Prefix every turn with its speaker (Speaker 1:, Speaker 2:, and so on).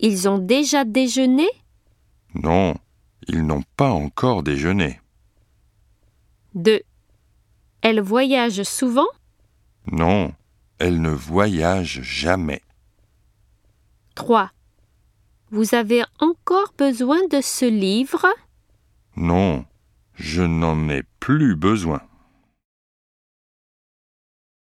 Speaker 1: Ils ont déjà déjeuné
Speaker 2: Non, ils n'ont pas encore déjeuné.
Speaker 1: 2. Elle voyage souvent
Speaker 2: Non, elle ne voyage jamais.
Speaker 1: 3. Vous avez encore besoin de ce livre
Speaker 2: Non, je n'en ai plus besoin.